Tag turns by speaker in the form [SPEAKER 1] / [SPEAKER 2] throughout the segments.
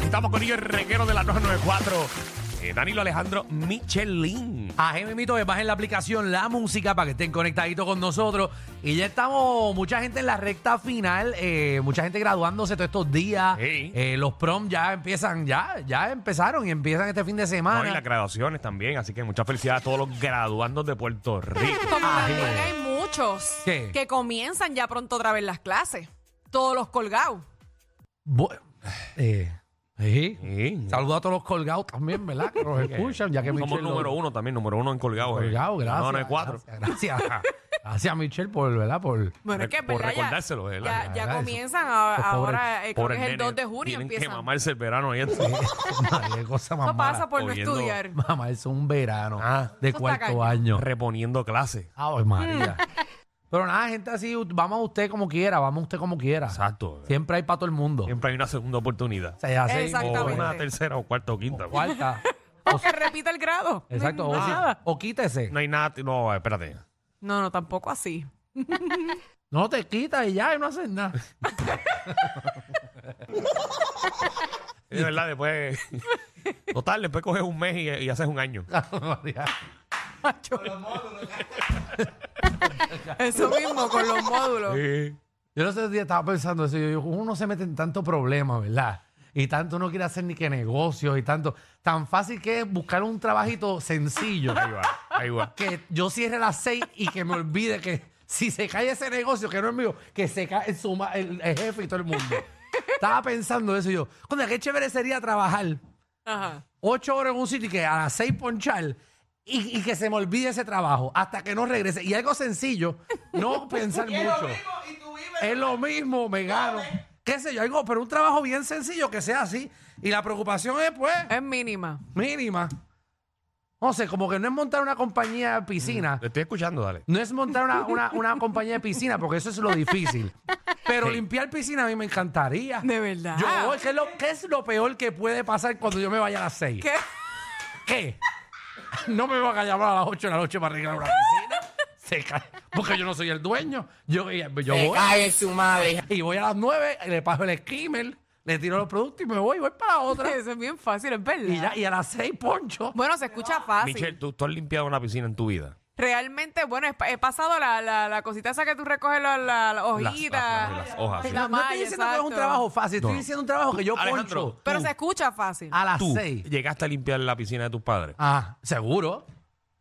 [SPEAKER 1] Estamos con ellos el reguero de la 994. Eh, Danilo Alejandro Michelin.
[SPEAKER 2] Ajé, mimito, que bajen la aplicación La Música para que estén conectaditos con nosotros. Y ya estamos, mucha gente en la recta final, eh, mucha gente graduándose todos estos días.
[SPEAKER 1] Sí.
[SPEAKER 2] Eh, los prom ya empiezan, ya, ya empezaron y empiezan este fin de
[SPEAKER 1] No, y
[SPEAKER 2] semana.
[SPEAKER 1] las graduaciones también, así que mucha felicidad a todos los graduandos de Puerto Rico.
[SPEAKER 3] Como
[SPEAKER 2] Ah,
[SPEAKER 3] también
[SPEAKER 2] sí.
[SPEAKER 3] hay muchos
[SPEAKER 2] ¿Qué?
[SPEAKER 3] que comienzan ya pronto otra vez las clases. Todos los colgados.
[SPEAKER 2] Bu- eh, sí.
[SPEAKER 1] Sí.
[SPEAKER 2] Saludos a todos los colgados también, ¿verdad? Que nos escuchan, ya que
[SPEAKER 1] Somos
[SPEAKER 2] Michelle lo-
[SPEAKER 1] número uno eh. también, número uno en colgado.
[SPEAKER 2] Colgado, gracias.
[SPEAKER 1] No, no, cuatro.
[SPEAKER 2] Gracias. Gracias, gracias, Michelle, por, ¿verdad? Por,
[SPEAKER 3] Bueno, es que es
[SPEAKER 1] Por
[SPEAKER 3] verdad, ya-
[SPEAKER 1] recordárselo, ¿verdad?
[SPEAKER 3] Ya,
[SPEAKER 2] La
[SPEAKER 3] ya
[SPEAKER 2] verdad,
[SPEAKER 3] comienzan a-
[SPEAKER 2] esos pobres-
[SPEAKER 3] ahora, eh, creo que
[SPEAKER 1] Pobres
[SPEAKER 3] es el
[SPEAKER 1] nenes,
[SPEAKER 3] 2 de junio
[SPEAKER 1] Tienen que
[SPEAKER 3] empiezan.
[SPEAKER 1] mamarse el verano. Y esto.
[SPEAKER 2] Qué cosa más
[SPEAKER 3] Eso pasa
[SPEAKER 2] mala.
[SPEAKER 3] por no
[SPEAKER 1] oyendo-
[SPEAKER 3] estudiar.
[SPEAKER 2] Mamá, es un verano
[SPEAKER 1] Ah.
[SPEAKER 2] de
[SPEAKER 3] Eso está
[SPEAKER 2] cuarto
[SPEAKER 3] cañón.
[SPEAKER 2] año.
[SPEAKER 1] reponiendo clases.
[SPEAKER 2] Ay, María. Pero nada, gente así, u- vamos a usted como quiera, vamos a usted como quiera.
[SPEAKER 1] Exacto.
[SPEAKER 2] Siempre hay para todo el mundo.
[SPEAKER 1] Siempre hay una segunda oportunidad.
[SPEAKER 2] Se hace
[SPEAKER 1] O
[SPEAKER 3] Exactamente.
[SPEAKER 1] una tercera o cuarta o quinta.
[SPEAKER 2] cuarta.
[SPEAKER 3] O que repita el grado.
[SPEAKER 2] Exacto.
[SPEAKER 3] No,
[SPEAKER 2] O,
[SPEAKER 3] hay
[SPEAKER 2] si-
[SPEAKER 3] nada.
[SPEAKER 2] o quítese.
[SPEAKER 1] No hay nada. No, espérate.
[SPEAKER 3] no, no, tampoco así.
[SPEAKER 2] No te quitas y ya, y no haces nada.
[SPEAKER 1] Es verdad, después. Total, después coges un mes y, y haces un año.
[SPEAKER 2] María.
[SPEAKER 3] Eso mismo con los módulos.
[SPEAKER 1] Sí.
[SPEAKER 2] yo no sé si estaba pensando eso. Yo, digo, uno se mete en tanto problema, ¿verdad? Y tanto no quiere hacer ni que negocios y tanto. Tan fácil que es buscar un trabajito sencillo.
[SPEAKER 1] Ahí va, ahí va.
[SPEAKER 2] que yo cierre a las seis y que me olvide que si se cae ese negocio que no es mío, que se cae el, suma- el, el jefe y todo el mundo. Estaba pensando eso y yo. Contra, qué chévere sería trabajar
[SPEAKER 3] Ajá.
[SPEAKER 2] ocho horas en un sitio y que a las seis ponchar y, y que se me olvide ese trabajo hasta que no regrese. Y algo sencillo, no pensar mucho. Es lo mismo, me gano. Qué sé yo, algo, pero un trabajo bien sencillo que sea así. Y la preocupación es, pues,
[SPEAKER 3] Es mínima.
[SPEAKER 2] mínima. No sé, como que no es montar una compañía de piscina.
[SPEAKER 1] Te estoy escuchando, dale.
[SPEAKER 2] No es montar una, una- una compañía de piscina, porque eso es lo difícil. Pero
[SPEAKER 1] Sí.
[SPEAKER 2] limpiar piscina a mí me encantaría.
[SPEAKER 3] De verdad.
[SPEAKER 2] Yo voy, ¿qué es, lo, qué es lo peor que puede pasar cuando yo me vaya a las seis?
[SPEAKER 3] ¿Qué?
[SPEAKER 2] ¿Qué? No me van a llamar a las 8 de la noche para arreglar una piscina. Se cae. Porque yo no soy el dueño. Yo, yo voy. Y voy a las 9, le paso el skimmer, le tiro los productos y me voy, voy para la otra.
[SPEAKER 3] Eso es bien fácil, es verdad.
[SPEAKER 2] Y, ya, y a las 6 poncho.
[SPEAKER 3] Bueno, se escucha fácil.
[SPEAKER 1] Michelle, ¿tú, tú has limpiado una piscina en tu vida.
[SPEAKER 3] Realmente, bueno, he, pa- he pasado la, la, la cosita esa que tú recoges la, la, la
[SPEAKER 1] Las-
[SPEAKER 3] hojita.
[SPEAKER 1] las- las hojas, sí.
[SPEAKER 3] la
[SPEAKER 2] No, no estoy
[SPEAKER 3] malla,
[SPEAKER 2] diciendo que es un
[SPEAKER 3] exacto.
[SPEAKER 2] trabajo fácil, estoy
[SPEAKER 1] No.
[SPEAKER 2] diciendo un trabajo que yo
[SPEAKER 1] Alejandro,
[SPEAKER 2] poncho
[SPEAKER 3] Pero se escucha fácil.
[SPEAKER 2] a las
[SPEAKER 1] Tú
[SPEAKER 2] 6.
[SPEAKER 1] llegaste a limpiar la piscina de tus padres.
[SPEAKER 2] Ah, seguro.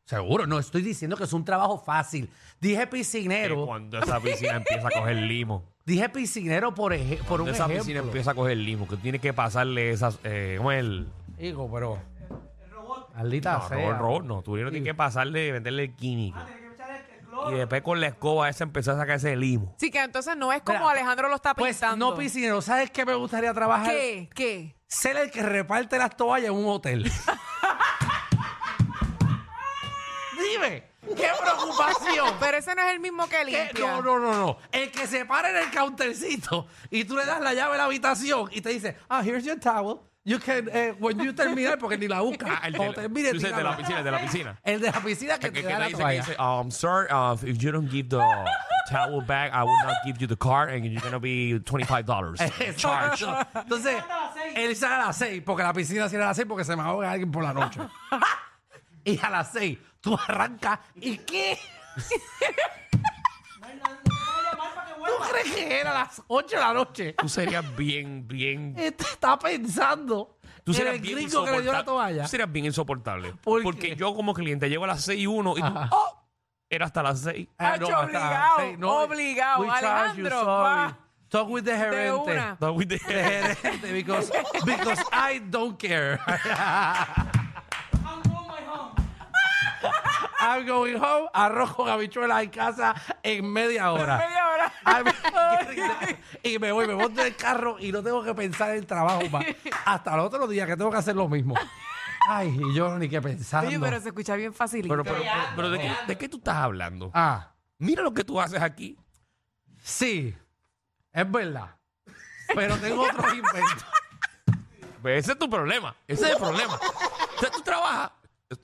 [SPEAKER 2] Seguro. No estoy diciendo que es un trabajo fácil. Dije
[SPEAKER 1] Que
[SPEAKER 2] piscinero.
[SPEAKER 1] Cuando esa piscina empieza a coger limo.
[SPEAKER 2] Dije piscinero por, eje- por un
[SPEAKER 1] Cuando esa
[SPEAKER 2] ejemplo.
[SPEAKER 1] piscina empieza a coger limo, que tienes que pasarle esas. Eh, ¿Cómo es el.?
[SPEAKER 2] Hijo, pero. Maldita
[SPEAKER 1] No,
[SPEAKER 2] sea.
[SPEAKER 1] no, no, no, tú tienes que pasarle, venderle el químico. Y después con la escoba esa empezó a sacar ese limo.
[SPEAKER 3] Sí, que entonces no es como
[SPEAKER 2] Mira,
[SPEAKER 3] Alejandro lo está
[SPEAKER 2] Pues
[SPEAKER 3] pintando.
[SPEAKER 2] no piscinero. ¿Sabes qué me gustaría trabajar?
[SPEAKER 3] ¿Qué? ¿Qué?
[SPEAKER 2] Ser el que reparte las toallas en un hotel. Dime, qué preocupación.
[SPEAKER 3] Pero ese no es el mismo que
[SPEAKER 2] ¿Qué?
[SPEAKER 3] limpia.
[SPEAKER 2] No, no, no, no. El que se para en el countercito y tú le das la llave a la habitación y te dice, ah, here's your towel. You can, eh, when you termine, porque ni la busca.
[SPEAKER 1] Ah, el
[SPEAKER 2] Cuando
[SPEAKER 1] de-
[SPEAKER 2] termine,
[SPEAKER 1] tú dices, de
[SPEAKER 2] tírala.
[SPEAKER 1] la piscina, el de la piscina.
[SPEAKER 2] El de la piscina que,
[SPEAKER 1] Que, que
[SPEAKER 2] te da
[SPEAKER 1] te
[SPEAKER 2] la
[SPEAKER 1] dice, que
[SPEAKER 2] toalla.
[SPEAKER 1] dice, um, sir, uh, if you don't give the towel back, I will not give you the card and you're gonna be $25 charge.
[SPEAKER 2] Exacto. Entonces, él sale a las 6, porque la piscina cierra a las 6 porque se me ahoga alguien por la noche. y a las 6, tú arrancas y ¿qué? ¿Tú crees que era a las 8 de la noche?
[SPEAKER 1] Tú serías bien, bien...
[SPEAKER 2] Este está pensando
[SPEAKER 1] Tú
[SPEAKER 2] en
[SPEAKER 1] serías
[SPEAKER 2] el
[SPEAKER 1] bien
[SPEAKER 2] gringo que le dio la
[SPEAKER 1] insoportable.
[SPEAKER 2] toalla.
[SPEAKER 1] Tú serías bien insoportable.
[SPEAKER 2] ¿Por
[SPEAKER 1] Porque
[SPEAKER 2] qué?
[SPEAKER 1] yo como cliente llego a las 6 y 1 y tú,
[SPEAKER 2] Ajá.
[SPEAKER 1] oh, era hasta las 6.
[SPEAKER 2] Ah,
[SPEAKER 3] Hacho,
[SPEAKER 2] hasta-
[SPEAKER 3] obligado,
[SPEAKER 2] sí,
[SPEAKER 3] obligado,
[SPEAKER 2] we charge you,
[SPEAKER 3] Alejandro,
[SPEAKER 2] sorry.
[SPEAKER 3] va.
[SPEAKER 2] Talk with the gerente.
[SPEAKER 3] una.
[SPEAKER 1] No, we did.
[SPEAKER 2] The gerente, because, because I don't care. I'm going home, arroz con habichuelas en casa en media hora.
[SPEAKER 3] Media hora.
[SPEAKER 2] I'm getting the- y me voy, me monto en el carro y no tengo que pensar en el trabajo más. Hasta el otro día que tengo que hacer lo mismo. Ay, y yo ni que pensar.
[SPEAKER 3] Oye, pero se escucha bien fácil.
[SPEAKER 1] Pero, pero, pero, pero ¿de, qué, ¿de qué tú estás hablando?
[SPEAKER 2] Ah,
[SPEAKER 1] Mira lo que tú haces aquí.
[SPEAKER 2] sí, es verdad. Pero tengo otros inventos.
[SPEAKER 1] Pues ese es tu problema. Ese es el problema. O sea, tú trabajas.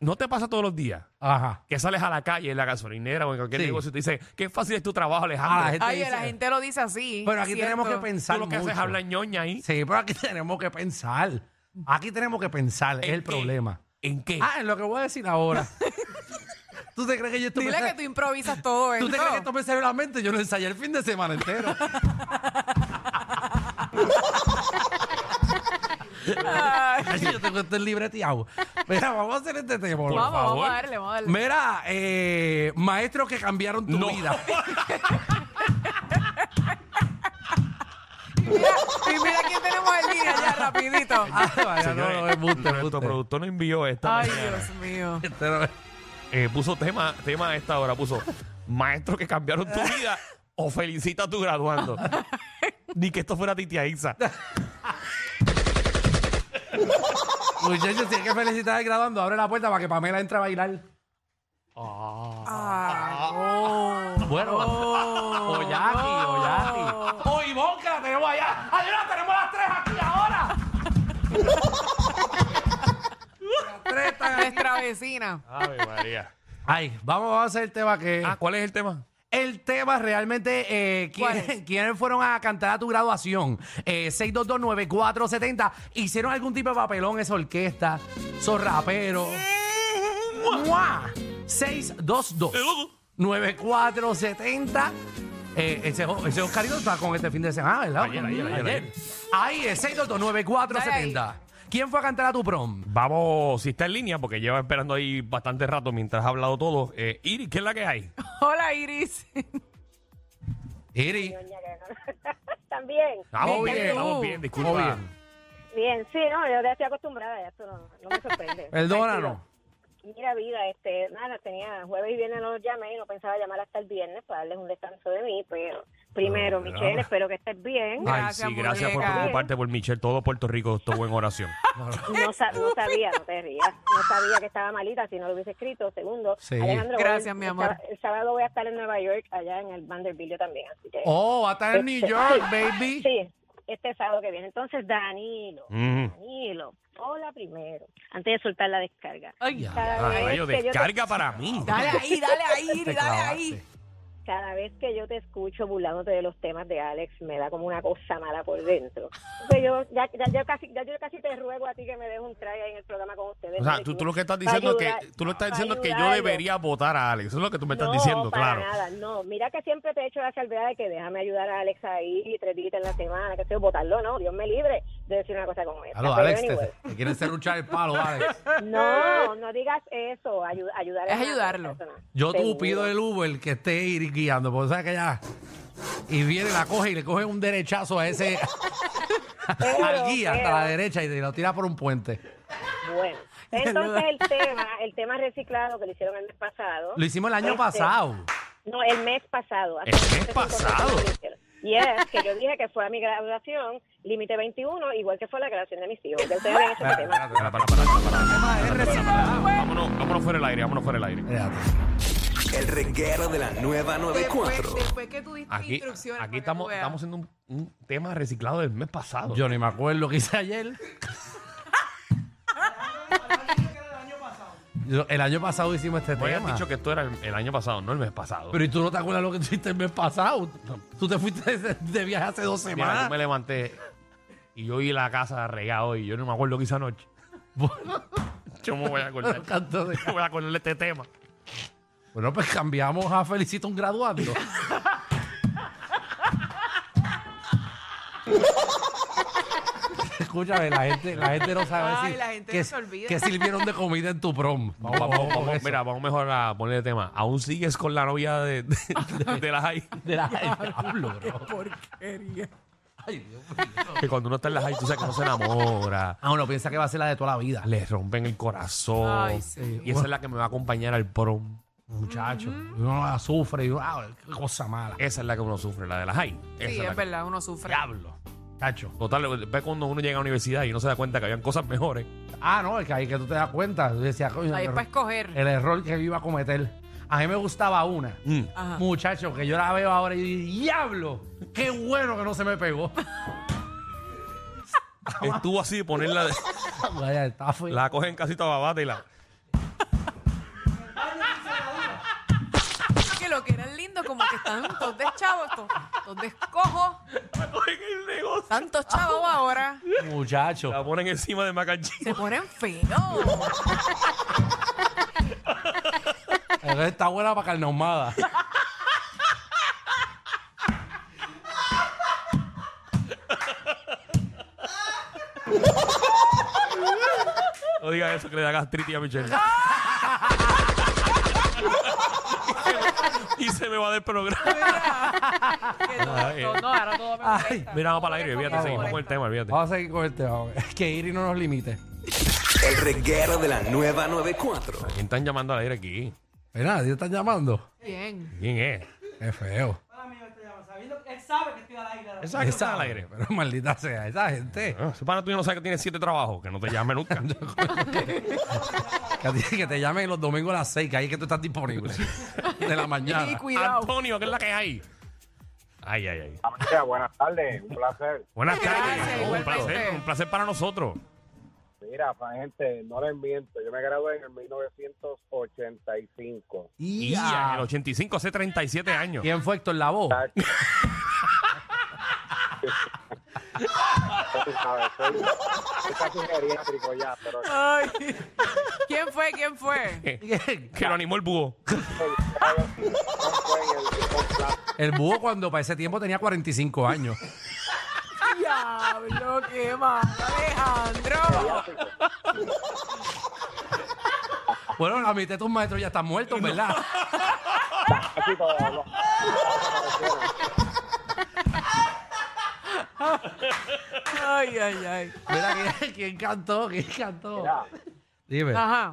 [SPEAKER 1] No te pasa todos los días
[SPEAKER 2] Ajá.
[SPEAKER 1] que sales a la calle en la gasolinera o en cualquier
[SPEAKER 2] Sí.
[SPEAKER 1] negocio y te dicen, qué fácil es tu trabajo,
[SPEAKER 2] Ah, la
[SPEAKER 1] Alejandro.
[SPEAKER 2] gente
[SPEAKER 3] Ay,
[SPEAKER 2] dice-
[SPEAKER 3] la gente lo dice así.
[SPEAKER 2] Pero aquí tenemos que
[SPEAKER 3] ¿cierto?
[SPEAKER 2] pensar
[SPEAKER 1] Tú lo que
[SPEAKER 2] mucho.
[SPEAKER 1] haces es hablar ñoña ahí.
[SPEAKER 2] Sí, pero aquí tenemos que pensar. Aquí tenemos que pensar, es
[SPEAKER 1] ¿En
[SPEAKER 2] el
[SPEAKER 1] qué?
[SPEAKER 2] problema.
[SPEAKER 1] ¿En qué?
[SPEAKER 2] Ah, en lo que voy a decir ahora. ¿Tú te crees que yo estoy
[SPEAKER 3] Dile que tú improvisas todo esto.
[SPEAKER 2] ¿Tú te crees que esto me salió a la mente? Yo lo ensayé el fin de semana entero.
[SPEAKER 3] Ay,
[SPEAKER 2] Ay, yo tengo este esto en libreteado. Mira, vamos a hacer este tema. por
[SPEAKER 3] vamos,
[SPEAKER 2] favor.
[SPEAKER 3] vamos a darle, vamos a darle.
[SPEAKER 2] Mira, eh, maestros que cambiaron tu
[SPEAKER 1] No.
[SPEAKER 2] vida.
[SPEAKER 3] Y mira, y mira quién tenemos en línea ya, rapidito.
[SPEAKER 2] Ah, vaya, no, no, es buste, es
[SPEAKER 1] nuestro
[SPEAKER 2] buste.
[SPEAKER 1] productor nos envió esta
[SPEAKER 3] Ay,
[SPEAKER 1] mañana.
[SPEAKER 3] Dios mío.
[SPEAKER 2] Este no es-
[SPEAKER 1] Eh, puso tema, tema a esta hora, puso maestros que cambiaron tu vida o felicita a tu graduando. Ni que esto fuera Titia Isa.
[SPEAKER 2] Muchachos, tienes que felicitar al graduando. Abre la puerta para que Pamela entre a bailar.
[SPEAKER 3] Ah,
[SPEAKER 2] Bueno, o Jackie, o Jackie. O Ivonne, que la tenemos allá. ¡Ay, la tenemos las tres aquí ahora! las tres están aquí.
[SPEAKER 3] nuestra vecina.
[SPEAKER 1] Ay, María.
[SPEAKER 2] Ay, vamos, vamos a hacer el tema que...
[SPEAKER 1] Ah, ¿cuál es el tema?
[SPEAKER 2] El tema realmente, eh,
[SPEAKER 3] ¿Cuál
[SPEAKER 2] ¿quién- ¿quiénes fueron a cantar a tu graduación? Eh, 6229470. ¿Hicieron algún tipo de papelón esa orquesta? ¿Son raperos? ¡Mua! 622-9470. Eh, ese, ese Oscarito está con este fin de semana, ¿verdad?
[SPEAKER 1] Ayer, ayer, ayer, ayer.
[SPEAKER 2] Ahí es 6229470. ¿Quién fue a cantar a tu prom?
[SPEAKER 1] Vamos, si está en línea, porque lleva esperando ahí bastante rato mientras ha hablado todo. Eh, Iris, ¿qué es la que hay?
[SPEAKER 3] Hola, Iris.
[SPEAKER 2] Iri.
[SPEAKER 4] También.
[SPEAKER 2] Ah.
[SPEAKER 1] Estamos
[SPEAKER 3] Bien,
[SPEAKER 1] bien,
[SPEAKER 3] bien,
[SPEAKER 1] estamos
[SPEAKER 3] tú.
[SPEAKER 1] bien, disculpa.
[SPEAKER 2] Muy bien.
[SPEAKER 4] Bien, sí, no, yo ya estoy acostumbrada, ya esto no, no me sorprende.
[SPEAKER 2] Perdónanos.
[SPEAKER 4] Tranquilo. Mira, vida, este, nada, tenía jueves y viernes no los llamé y no pensaba llamar hasta el viernes para darles un descanso de mí, pero primero, Michelle, espero que estés bien.
[SPEAKER 3] Ah.
[SPEAKER 1] Ay,
[SPEAKER 3] Gracias,
[SPEAKER 1] sí, gracias por
[SPEAKER 3] muñeca.
[SPEAKER 1] preocuparte por Michelle. Todo Puerto Rico estuvo en oración.
[SPEAKER 4] No, sa- no sabía, no te rías, no sabía que estaba malita si no lo hubiese escrito. Segundo,
[SPEAKER 2] Sí.
[SPEAKER 4] Alejandro, voy-
[SPEAKER 3] Gracias, mi
[SPEAKER 4] el
[SPEAKER 3] amor.
[SPEAKER 4] sábado- El sábado voy a estar en Nueva York, allá en el Vanderbilt yo también, así que...
[SPEAKER 2] Oh, va a estar en New
[SPEAKER 4] Este,
[SPEAKER 2] York,
[SPEAKER 4] sí,
[SPEAKER 2] baby.
[SPEAKER 4] Sí, este sábado que viene. Entonces, Danilo,
[SPEAKER 1] Mm.
[SPEAKER 4] Danilo, hola primero, antes de soltar la descarga.
[SPEAKER 3] Ay,
[SPEAKER 4] Cada
[SPEAKER 1] Ay,
[SPEAKER 4] vez,
[SPEAKER 1] rayo,
[SPEAKER 4] que yo te,
[SPEAKER 1] descarga para mí.
[SPEAKER 3] Dale ahí, dale ahí, Iris,
[SPEAKER 2] Te
[SPEAKER 3] dale
[SPEAKER 2] clavaste.
[SPEAKER 3] ahí.
[SPEAKER 4] cada vez que yo te escucho burlándote de los temas de Alex, me da como una cosa mala por dentro. Entonces, yo, ya, ya- yo casi, ya yo casi te ruego a ti que me des un try ahí en el programa con ustedes.
[SPEAKER 1] O sea,
[SPEAKER 4] Dale,
[SPEAKER 1] tú, tú lo que estás
[SPEAKER 4] pa'
[SPEAKER 1] diciendo es que
[SPEAKER 4] ayudar-
[SPEAKER 1] tú lo estás
[SPEAKER 4] pa'
[SPEAKER 1] diciendo que yo
[SPEAKER 4] ayudarlo.
[SPEAKER 1] debería votar a Alex. Eso es lo que tú me estás
[SPEAKER 4] no,
[SPEAKER 1] diciendo,
[SPEAKER 4] para
[SPEAKER 1] claro.
[SPEAKER 4] Nada, no, mira que siempre te he hecho la salvedad de que déjame ayudar a Alex ahí y tres días en la semana, que estoy votarlo, no, Dios me libre de decir una cosa como esta.
[SPEAKER 2] Claro,
[SPEAKER 4] Pero
[SPEAKER 2] Alex, te,
[SPEAKER 4] anyway,
[SPEAKER 2] te quieres serruchar el palo, Alex.
[SPEAKER 4] no, no digas eso, ayu- ayudar
[SPEAKER 3] Es
[SPEAKER 4] una
[SPEAKER 3] ayudarlo.
[SPEAKER 4] persona,
[SPEAKER 2] Yo tú
[SPEAKER 4] seguro.
[SPEAKER 2] pido el Uber que esté ir guiando, porque sabes que ya. Y viene, la coge y le coge un derechazo a ese. al
[SPEAKER 4] Pero,
[SPEAKER 2] guía hasta
[SPEAKER 4] pero.
[SPEAKER 2] la derecha y te lo tira por un puente.
[SPEAKER 4] Bueno, entonces el tema, el tema reciclado que le hicieron el mes pasado.
[SPEAKER 2] Lo hicimos el año
[SPEAKER 4] Este,
[SPEAKER 2] pasado.
[SPEAKER 4] No, el mes pasado. hace
[SPEAKER 1] ¿El mes
[SPEAKER 4] 25
[SPEAKER 1] pasado?
[SPEAKER 4] que lo hicieron. Yes, que yo dije que fue a mi graduación, límite 21, igual que fue la graduación de mis hijos. Ya ustedes ven ese tema.
[SPEAKER 1] Para, para, para, para, para.
[SPEAKER 2] Es reciclado.
[SPEAKER 1] Vámonos, vámonos fuera del aire, vámonos fuera del aire.
[SPEAKER 3] Eh,
[SPEAKER 2] Espérate.
[SPEAKER 5] El reguero de la nueva
[SPEAKER 3] Después,
[SPEAKER 5] 94.
[SPEAKER 3] después que tú diste
[SPEAKER 1] Aquí,
[SPEAKER 3] instrucciones. para
[SPEAKER 1] aquí
[SPEAKER 3] que
[SPEAKER 1] estamos,
[SPEAKER 3] tú veas.
[SPEAKER 1] estamos haciendo un, un tema reciclado del mes pasado.
[SPEAKER 2] Yo ni me acuerdo lo que hice ayer. Yo- el año pasado hicimos este
[SPEAKER 1] Me habían
[SPEAKER 2] tema.
[SPEAKER 1] dicho que esto era el, el año pasado, no el mes pasado.
[SPEAKER 2] Pero ¿y tú no te acuerdas lo que tú hiciste el mes pasado? Tú te fuiste de, de viaje hace dos
[SPEAKER 1] Mira,
[SPEAKER 2] semanas.
[SPEAKER 1] yo me levanté y yo vi la casa regada hoy. Yo no me acuerdo qué hice anoche. yo me voy a acordar.
[SPEAKER 2] Canto de-
[SPEAKER 1] Yo voy a acordar de este tema.
[SPEAKER 2] Bueno, pues cambiamos a Felicito un graduando. Escúchame, la gente, la gente no sabe
[SPEAKER 3] Ay,
[SPEAKER 2] si-
[SPEAKER 3] la gente
[SPEAKER 2] que,
[SPEAKER 3] se olvida.
[SPEAKER 2] que sirvieron de comida en tu prom.
[SPEAKER 1] Vamos, vamos, vamos, mira, vamos mejor a ponerle tema. ¿Aún sigues con la novia de, de, de- de la high?
[SPEAKER 2] De la diablo, bro.
[SPEAKER 3] Porquería.
[SPEAKER 2] Ay, Dios mío.
[SPEAKER 1] Que cuando uno está en la high, tú sabes que no se enamora.
[SPEAKER 2] Ah, uno piensa que va a ser la de toda la vida.
[SPEAKER 1] Le rompen el corazón.
[SPEAKER 3] Ay, sí.
[SPEAKER 1] Y esa es la que me va a acompañar al prom.
[SPEAKER 2] Muchacho, uno la sufre y uno, ah, qué cosa mala.
[SPEAKER 1] Esa es la que uno sufre, la de la high. Esa
[SPEAKER 3] Sí,
[SPEAKER 1] la
[SPEAKER 3] es
[SPEAKER 1] que-
[SPEAKER 3] verdad, uno sufre.
[SPEAKER 2] Diablo. Chacho.
[SPEAKER 1] Total, ve cuando uno llega a la universidad y no se da cuenta que habían cosas mejores.
[SPEAKER 2] Ah, no, es que ahí que tú te das cuenta. Yo decía, coño,
[SPEAKER 3] Ahí pues,
[SPEAKER 2] el-
[SPEAKER 3] es para escoger.
[SPEAKER 2] el error que yo iba a cometer. A mí me gustaba una.
[SPEAKER 1] Mm.
[SPEAKER 3] Ajá.
[SPEAKER 2] Muchacho, que yo la veo ahora y digo, diablo, qué bueno que no se me pegó.
[SPEAKER 1] Estuvo así de ponerla, de-
[SPEAKER 2] Vaya, está feo.
[SPEAKER 1] la cogen casita babata y la...
[SPEAKER 3] Que lo que era lindo viendo como que están todos deschavos, todos, todos descojos,
[SPEAKER 1] Cogen el negocio.
[SPEAKER 3] tantos chavos ahora.
[SPEAKER 2] Muchacho.
[SPEAKER 1] La ponen encima de Macanchi.
[SPEAKER 3] Se ponen feos.
[SPEAKER 2] Pero Está buena para carne ahumada.
[SPEAKER 1] No digas eso que le da gastritis a Michelle. y se me va del programa.
[SPEAKER 3] Que todo-
[SPEAKER 1] Ay.
[SPEAKER 3] todo- no, ahora todo me molesta.
[SPEAKER 2] Ay.
[SPEAKER 1] Mira, vamos para el aire, fíjate, seguimos con el tema, fíjate.
[SPEAKER 2] Vamos a seguir con el tema. hombre. Que Iri no nos limite.
[SPEAKER 5] El reguero de la nueva 94.
[SPEAKER 1] ¿Quién están llamando al aire aquí?
[SPEAKER 2] Mira, ¿te están llamando?
[SPEAKER 3] Bien.
[SPEAKER 1] ¿Quién es?
[SPEAKER 2] Qué feo.
[SPEAKER 6] Él sabe que estoy al aire. ahora.
[SPEAKER 1] Esa Ah, que está al aire.
[SPEAKER 2] Pero maldita sea, esa gente.
[SPEAKER 1] Ah, Ese pana tuyo no sabe que tiene siete trabajos, que no te llame nunca.
[SPEAKER 2] Que, a ti- que te llamen los domingos a las 6, que ahí es que tú estás disponible. De la
[SPEAKER 3] Y
[SPEAKER 2] mañana.
[SPEAKER 3] cuidado.
[SPEAKER 1] Antonio, que es la que hay. Ay, ay, ay.
[SPEAKER 7] Mira, buenas tardes, un placer.
[SPEAKER 1] Buenas
[SPEAKER 3] Gracias,
[SPEAKER 1] tardes. Un
[SPEAKER 3] igualmente.
[SPEAKER 1] placer, un placer para nosotros.
[SPEAKER 7] Mira, pa- gente, no les miento, yo me gradué en el 1985.
[SPEAKER 1] Y en el 85 hace 37 años.
[SPEAKER 2] ¿Quién fue Héctor Lavoe?
[SPEAKER 7] Tú sabes, soy, soy casi geriátrico ya, pero
[SPEAKER 3] Ay. ¿Quién fue? ¿Quién fue?
[SPEAKER 2] ¿Quién?
[SPEAKER 1] Que lo animó el búho.
[SPEAKER 7] el grado no fue en el mismo plazo.
[SPEAKER 2] El búho cuando para ese tiempo tenía 45 años.
[SPEAKER 3] Diablo, qué mal, Alejandro.
[SPEAKER 2] Bueno, la mitad de tus maestros ya están muertos, ¿verdad?
[SPEAKER 7] Casi todos los-
[SPEAKER 3] Ay, ay, ay.
[SPEAKER 2] Mira, ¿quién, quién cantó? ¿Quién cantó?
[SPEAKER 7] Mira,
[SPEAKER 2] Dime.
[SPEAKER 3] Ajá.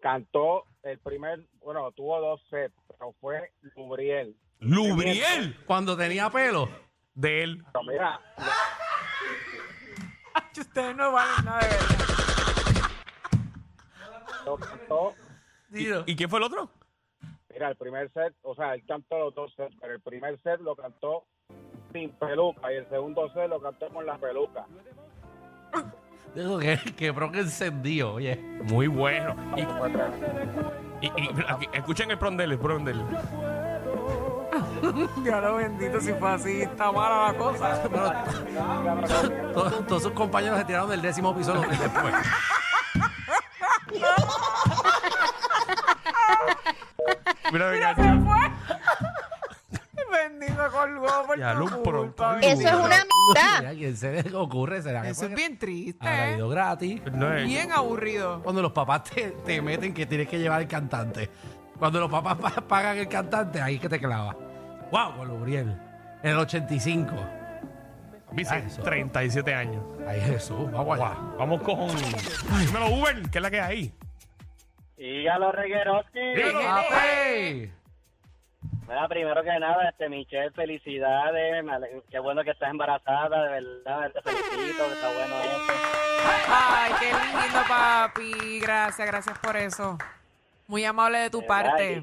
[SPEAKER 7] cantó el primer, bueno, tuvo dos sets, pero fue Lubriel.
[SPEAKER 1] Lubriel
[SPEAKER 2] Cuando tenía pelo.
[SPEAKER 1] de él.
[SPEAKER 7] Pero mira,
[SPEAKER 3] Ay, Ustedes no valen nada de verdad.
[SPEAKER 7] lo cantó,
[SPEAKER 2] Dilo.
[SPEAKER 1] ¿Y quién fue el otro?
[SPEAKER 7] mira, el primer set, o sea, él cantó los dos sets, pero el primer set lo cantó sin peluca y el segundo set lo cantó con la peluca.
[SPEAKER 2] Digo que, que pro que encendido, oye.
[SPEAKER 1] Muy bueno. Y, y- y- aquí- escuchen el prondel, el prondel.
[SPEAKER 3] Ya lo bendito, si fue así, está mala la cosa.
[SPEAKER 2] Todos, todos sus compañeros se tiraron del décimo piso dos días después.
[SPEAKER 1] Mira,
[SPEAKER 3] Mira, se
[SPEAKER 1] venga,
[SPEAKER 3] fue. Bendito colgó por
[SPEAKER 1] Ya,
[SPEAKER 3] tu
[SPEAKER 1] lo
[SPEAKER 3] culpa.
[SPEAKER 1] pronto.
[SPEAKER 8] Eso es una
[SPEAKER 2] Mira, ¿A quién se le ocurre? ¿Será que
[SPEAKER 3] Ah, Eso
[SPEAKER 2] fue
[SPEAKER 3] es
[SPEAKER 2] que
[SPEAKER 3] bien triste.
[SPEAKER 2] habrá
[SPEAKER 3] ¿eh?
[SPEAKER 2] ido gratis?
[SPEAKER 1] no es-
[SPEAKER 3] Bien aburrido.
[SPEAKER 2] Cuando los papás te, te meten que tienes que llevar el cantante. Cuando los papás pa- pagan el cantante, ahí es que te clava. ¡Wow! Con Lubriel. En el 85.
[SPEAKER 1] Dice, 37 años.
[SPEAKER 2] Ay, Jesús, vamos allá.
[SPEAKER 1] Vamos con. Dímelo, Uber, que es la que hay.
[SPEAKER 7] Y a los regueros.
[SPEAKER 2] ¡Papi!
[SPEAKER 7] Mira, primero que nada, este Michelle, felicidades. me ale- Qué bueno que estás embarazada, de verdad. Te felicito, que está bueno eso.
[SPEAKER 3] Ay, qué lindo, papi. Gracias, gracias por eso. Muy amable de tu parte.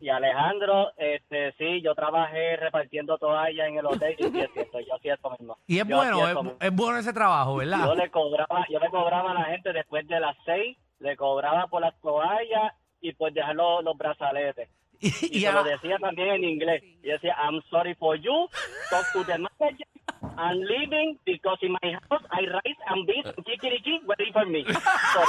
[SPEAKER 7] Y Alejandro, este, sí, yo trabajé repartiendo toallas en el hotel y sí es cierto, yo sí eso mismo.
[SPEAKER 2] Y es
[SPEAKER 7] Yo sí
[SPEAKER 2] bueno,
[SPEAKER 7] eso
[SPEAKER 2] es,
[SPEAKER 7] mismo.
[SPEAKER 2] es bueno ese trabajo,
[SPEAKER 7] Yo
[SPEAKER 2] ¿verdad?
[SPEAKER 7] le cobraba, yo le cobraba a la gente después de las seis, le cobraba por las toallas y por dejar los, los brazaletes.
[SPEAKER 2] Y,
[SPEAKER 7] Y
[SPEAKER 2] y
[SPEAKER 7] se
[SPEAKER 2] a
[SPEAKER 7] lo
[SPEAKER 2] la-
[SPEAKER 7] decía también en inglés. Y decía, I'm sorry for you, talk to the manager. I'm leaving because in my house I rice and beef and kikiriki waiting for me. Sorry.